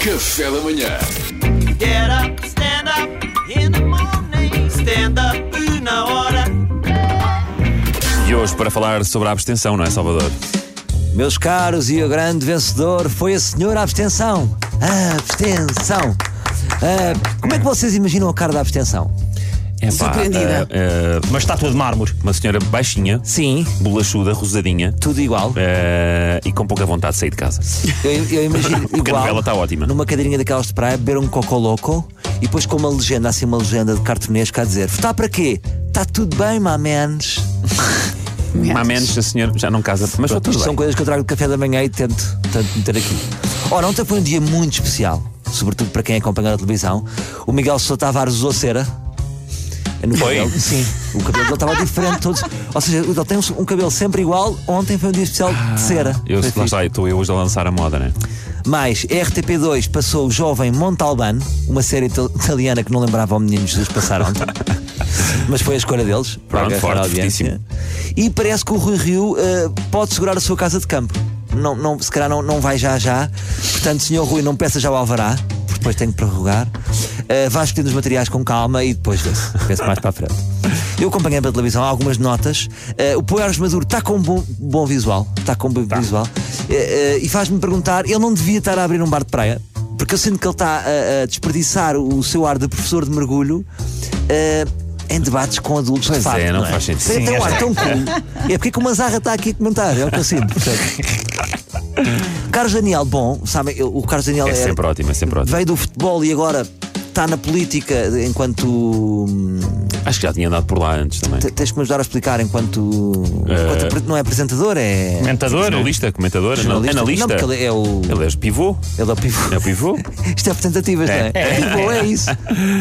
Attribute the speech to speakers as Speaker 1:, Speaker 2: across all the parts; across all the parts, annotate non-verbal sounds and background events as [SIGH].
Speaker 1: Café da manhã.
Speaker 2: Get up, stand up in the morning. Stand up na hora.
Speaker 3: E hoje para falar sobre a abstenção, não é, Salvador?
Speaker 4: Meus caros, e o grande vencedor foi a senhora abstenção. Abstenção. Ah, como é que vocês imaginam a cara da abstenção?
Speaker 3: É
Speaker 5: Surpreendida.
Speaker 3: uma estátua de mármore. Uma senhora baixinha,
Speaker 4: Sim,
Speaker 3: bolachuda, rosadinha
Speaker 4: tudo igual.
Speaker 3: eh, e com pouca vontade de sair de casa.
Speaker 4: Eu, eu imagino
Speaker 3: Porque [LAUGHS] a novela
Speaker 4: igual.
Speaker 3: está ótima.
Speaker 4: Numa cadeirinha daquelas de praia, beber um coco louco e depois com uma legenda, assim uma legenda de cartunesca a dizer: Votar para quê? Está tudo bem, mamenes.
Speaker 3: Mas, a menos a senhora já não casa. Mas foi
Speaker 4: Pronto,
Speaker 3: tudo
Speaker 4: isto
Speaker 3: bem.
Speaker 4: são coisas que eu trago do café da manhã e tento, tento meter aqui. Ora, ontem foi um dia muito especial, sobretudo para quem acompanha a televisão. O Miguel Sousa Tavares usou cera. No
Speaker 3: Foi?
Speaker 4: cabelo. Sim, é o cabelo dele estava diferente. Todos. Ou seja, ele tem um, um cabelo sempre igual. Ontem foi um dia especial de cera.
Speaker 3: Ah, Eu, lá
Speaker 4: Foi fixe.
Speaker 3: está, estou eu hoje a lançar a moda, né?
Speaker 4: Mais, RTP2 passou o jovem Montalbano, uma série ital- italiana que não lembrava ao menino Jesus
Speaker 3: [LAUGHS]
Speaker 4: passar ontem. Mas foi a escolha deles para
Speaker 3: Pronto,
Speaker 4: agarrar
Speaker 3: forte,
Speaker 4: a audiência. E parece que o Rui Rio eh, pode segurar a sua casa de campo. Não, não, se calhar não, não vai já já. Portanto, senhor Rui, não peça já o Alvará, porque depois tenho que prorrogar. Eh, vá escolhendo os materiais com calma e depois vê-se vê-se mais para a frente. Eu acompanhei pela televisão algumas notas. Eh, o Poeiras Maduro está com um bom, bom visual. Está com um bom
Speaker 3: Tá.
Speaker 4: visual. Eh, eh, e faz-me perguntar: ele não devia estar a abrir um bar de praia? Porque eu sinto que ele está a, a desperdiçar o seu ar de professor de mergulho eh, em debates com adultos
Speaker 3: Pois
Speaker 4: de facto.
Speaker 3: é, não
Speaker 4: é?
Speaker 3: faz sentido.
Speaker 4: Tem
Speaker 3: Sim,
Speaker 4: até um ar
Speaker 3: esta-
Speaker 4: tão cool. É porque é que o Manzarra está aqui a comentar, é o que eu
Speaker 3: [LAUGHS]
Speaker 4: sinto. portanto. Carlos Daniel, bom, sabem, eu- o Carlos Daniel
Speaker 3: É sempre ótimo, é sempre ótimo.
Speaker 4: veio do futebol e agora está na política enquanto. hum,
Speaker 3: Acho que já tinha andado por lá antes também.
Speaker 4: Te- Tens que me ajudar a explicar enquanto.
Speaker 3: Eh,
Speaker 4: enquanto pre- não é apresentador, é.
Speaker 3: Comentador? Jornalista, comentador, anal-
Speaker 4: jornalista.
Speaker 3: analista.
Speaker 4: Não, porque ele é o.
Speaker 3: Ele é pivô.
Speaker 4: Ele é o pivô.
Speaker 3: É o pivô.
Speaker 4: [LAUGHS] Isto é apresentativas,
Speaker 3: É.
Speaker 4: não é? É, pivô, é isso.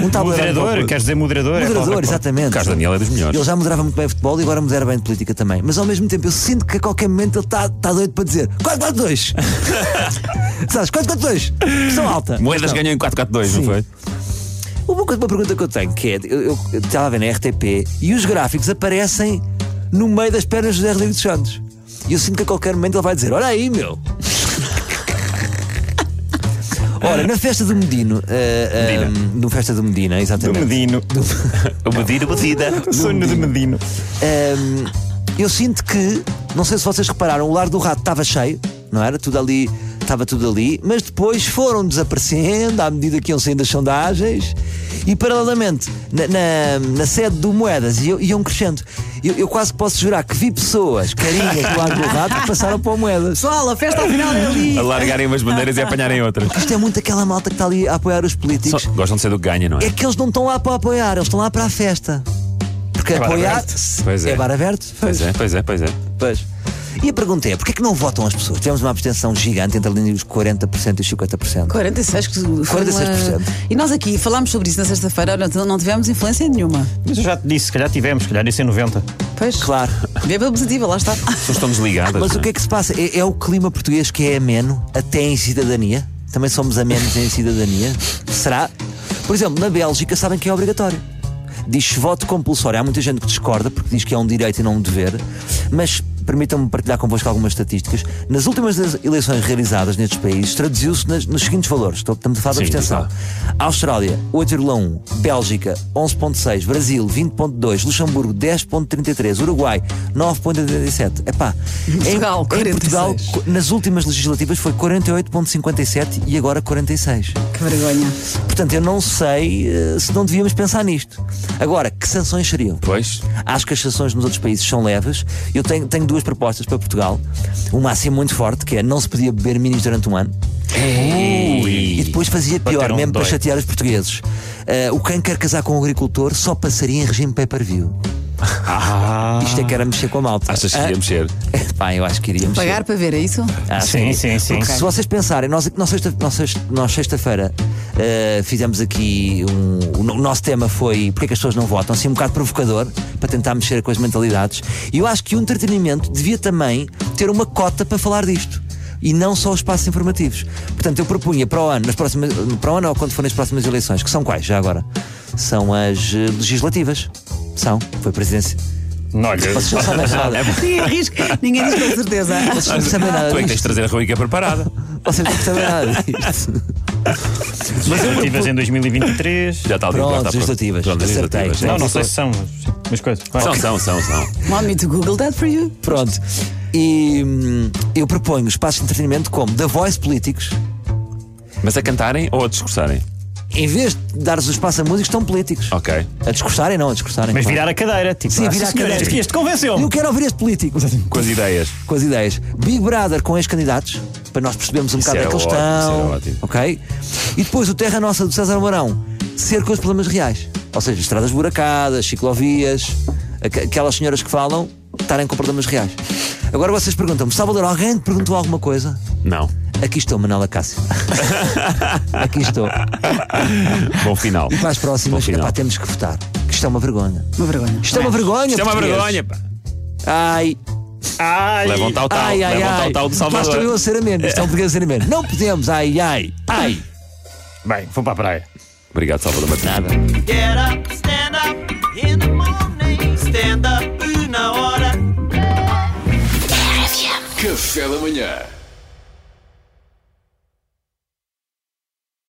Speaker 4: Um tabuleiro.
Speaker 6: Moderador, queres dizer moderador? É
Speaker 4: Moderador,
Speaker 6: palavra-
Speaker 4: exatamente.
Speaker 3: O Carlos Daniel é dos melhores.
Speaker 4: Ele já moderava muito bem futebol e agora modera bem de política também. Mas ao mesmo tempo eu sinto que a qualquer momento ele está tá doido para dizer
Speaker 3: [LAUGHS]
Speaker 4: 4-4-2! Sabes? 4-4-2! Pressão alta!
Speaker 3: Moedas
Speaker 4: Pressão.
Speaker 3: ganhou em 4-4-2, não
Speaker 4: Sim.
Speaker 3: foi?
Speaker 4: Uma, coisa- uma pergunta que eu tenho que é: eu- eu eu estava a ver na RTP e os gráficos aparecem no meio das pernas do José Rodrigues dos Santos. E eu sinto que a qualquer momento ele vai dizer: Olha aí, meu! [LAUGHS] Ora, na festa do Medino, ah, ah, no festa do Medina,
Speaker 6: Do
Speaker 4: exatamente.
Speaker 6: Medino.
Speaker 3: [LAUGHS] O medida, medida.
Speaker 6: Sonho de Medino.
Speaker 4: Hum, eu sinto que, não sei se vocês repararam, o lar do rato estava cheio, não era? Tudo ali, estava tudo ali, mas depois foram desaparecendo à medida que iam saindo as sondagens e, paralelamente, na, na- na sede do Moedas iam, iam crescendo. Eu, eu quase posso jurar que vi pessoas, carinhas do lar do rato, que passaram para o Moedas.
Speaker 5: Pessoal, a festa afinal é ali.
Speaker 3: A largarem umas bandeiras e a apanharem outras.
Speaker 4: Isto é muito aquela malta que está ali a apoiar os
Speaker 3: Só-
Speaker 4: políticos.
Speaker 3: Gostam de ser do que ganha, não
Speaker 4: É
Speaker 3: é?
Speaker 4: que eles não estão lá para apoiar, eles estão lá para a festa. Porque
Speaker 6: bar
Speaker 4: apoiar
Speaker 6: aberto.
Speaker 3: Pois é.
Speaker 4: é bar aberto.
Speaker 3: Pois é, pois é, pois é.
Speaker 4: Pois. E a pergunta é: porquê é que não votam as pessoas? Tivemos uma abstenção gigante entre ali os 40% e os 50%.
Speaker 5: 46%. que foi
Speaker 4: 46%.
Speaker 5: uma- E nós aqui falámos sobre isso na sexta-feira, ora, não não tivemos influência nenhuma.
Speaker 6: Mas eu já te disse, se calhar tivemos, se calhar isso em 90.
Speaker 5: Pois.
Speaker 4: Claro.
Speaker 5: Beba positiva, lá está. [LAUGHS]
Speaker 3: As pessoas estão desligadas.
Speaker 4: Mas o
Speaker 3: não
Speaker 4: que é que se passa? É, é o clima português que é ameno, até em cidadania. Também somos amenos em cidadania. Será? Por exemplo, na Bélgica sabem que é obrigatório. Diz-se voto compulsório. Há muita gente que discorda porque diz que é um direito e não um dever. Mas permitam-me partilhar convosco algumas estatísticas. Nas últimas eleições realizadas nestes países, traduziu-se nas- nos seguintes valores. Estou- Estamos a falar da
Speaker 3: Sim,
Speaker 4: abstenção.
Speaker 3: claro.
Speaker 4: Austrália, 8,1. Bélgica, 11,6. Brasil, 20,2. Luxemburgo, 10,33. Uruguai, 9,87. Epá,
Speaker 5: Portugal,
Speaker 4: em, em
Speaker 5: 46.
Speaker 4: Portugal, co- nas últimas legislativas foi 48,57 e agora 46.
Speaker 5: Que vergonha.
Speaker 4: Portanto, eu não sei eh, se não devíamos pensar nisto. Agora, que sanções seriam?
Speaker 3: Pois.
Speaker 4: Acho que as sanções nos outros países são leves. Eu tenho, tenho duas propostas para Portugal. Uma assim muito forte, que é não se podia beber minis durante um ano. E depois fazia pior,
Speaker 6: Bateram
Speaker 4: mesmo para
Speaker 6: dói.
Speaker 4: chatear os portugueses. Eh, o quem quer casar com um agricultor só passaria em regime pay-per-view. Isto é que era mexer com a malta.
Speaker 3: Ah. Achas que
Speaker 4: Ah,
Speaker 3: iria mexer?
Speaker 4: [LAUGHS] Pá, eu acho que iríamos.
Speaker 5: Pagar para ver, é isso?
Speaker 4: Ah,
Speaker 6: Sim, sim, sim.
Speaker 4: Porque se vocês pensarem, nós, nós sexta- nós sexta- nós sexta-feira eh, fizemos aqui um. O, no- o nosso tema foi porque é que as pessoas não votam, assim um bocado provocador, para tentar mexer com as mentalidades. E eu acho que o entretenimento devia também ter uma cota para falar disto. E não só os espaços informativos. Portanto, eu propunha para o ano, nas próximas, para o ano ou quando forem as próximas eleições, que são quais já agora? São as eh, legislativas. São, foi presidência.
Speaker 6: Não, olha,
Speaker 4: Vocês não sabem nada.
Speaker 6: [LAUGHS]
Speaker 5: Ninguém arrisca, ninguém diz com certeza.
Speaker 4: Vocês não sabem
Speaker 3: Tu é
Speaker 4: nada.
Speaker 3: que tens
Speaker 4: disto.
Speaker 3: de trazer a rubrica preparada.
Speaker 4: Vocês não percebem nada disto.
Speaker 6: Mas em 2023.
Speaker 3: Já está ali,
Speaker 4: Pronto,
Speaker 3: lá está,
Speaker 4: legislativas.
Speaker 3: Pronto,
Speaker 4: Acertei.
Speaker 3: legislativas.
Speaker 6: Não,
Speaker 3: sim.
Speaker 6: não sei se são, mas, mas coisas. Vai.
Speaker 3: São, são, são, são.
Speaker 5: Want me to Google that for you?
Speaker 4: Pronto. E hum, eu proponho espaços de entretenimento como The Voice Políticos.
Speaker 3: Mas a cantarem ou a discursarem?
Speaker 4: Em vez de dares o espaço a músicos, estão políticos.
Speaker 3: Ok.
Speaker 4: A discursarem, não, a discursarem.
Speaker 6: Mas
Speaker 4: claro.
Speaker 6: virar a cadeira, tipo.
Speaker 4: Sim,
Speaker 6: ah,
Speaker 4: virar a
Speaker 6: senhora,
Speaker 4: cadeira.
Speaker 6: Este, este
Speaker 4: Eu
Speaker 6: convenceu-me.
Speaker 4: quero ouvir este político.
Speaker 3: Com as ideias.
Speaker 4: com as ideias. Big Brother com ex-candidatos, para nós percebermos um
Speaker 3: Isso
Speaker 4: bocado onde é que
Speaker 3: era
Speaker 4: eles
Speaker 3: ótimo,
Speaker 4: estão.
Speaker 3: isso era ótimo.
Speaker 4: Ok? E depois o Terra Nossa do César Mourão, ser com os problemas reais. Ou seja, estradas buracadas, ciclovias, aqu- aquelas senhoras que falam estarem com problemas reais. Agora vocês perguntam-me, Salvador, alguém te perguntou alguma coisa?
Speaker 3: Não.
Speaker 4: Aqui estou,
Speaker 3: [LAUGHS]
Speaker 4: Manela Cássio. Aqui estou.
Speaker 3: Bom final.
Speaker 4: Para as próximas,
Speaker 3: Bom
Speaker 4: é
Speaker 3: final.
Speaker 4: epá, temos que votar. Que isto é uma vergonha.
Speaker 5: Uma vergonha.
Speaker 4: Isto é uma vergonha,
Speaker 3: Isto é uma
Speaker 4: portugueses.
Speaker 3: vergonha, pá.
Speaker 4: Ai,
Speaker 6: Ai,
Speaker 3: Levam tal, tal.
Speaker 4: ai, ai,
Speaker 3: Levam
Speaker 4: ai.
Speaker 3: tal, tal de
Speaker 4: Lá estou eu
Speaker 3: Salvador.
Speaker 4: a ser ameno. Isto é um pequeno ser ameno. Não podemos, ai, ai, ai.
Speaker 6: Bem, vou para a praia.
Speaker 3: Obrigado, Salvador Martins.
Speaker 2: Get up, stand up in the morning. Stand up, una hora.
Speaker 1: Café da manhã.